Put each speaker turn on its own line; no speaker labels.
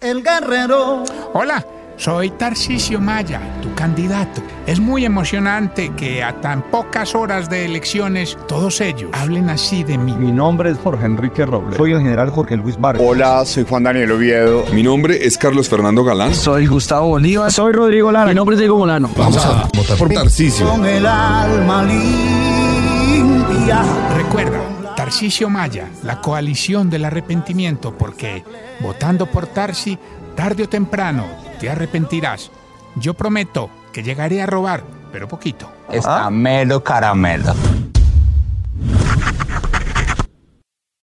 el guerrero.
Hola, soy Tarcisio Maya, tu candidato. Es muy emocionante que a tan pocas horas de elecciones todos ellos hablen así de mí.
Mi nombre es Jorge Enrique Robles. Soy el general Jorge Luis Vargas.
Hola, soy Juan Daniel Oviedo.
Mi nombre es Carlos Fernando Galán.
Soy Gustavo Bolívar.
Soy Rodrigo Lara.
Mi nombre es Diego Molano.
Vamos a votar por Tarcisio.
Con el alma limpia.
Recuerda, Tarcisio Maya, la coalición del arrepentimiento, porque votando por Tarsi, tarde o temprano te arrepentirás. Yo prometo que llegaré a robar, pero poquito.
Está melo caramelo.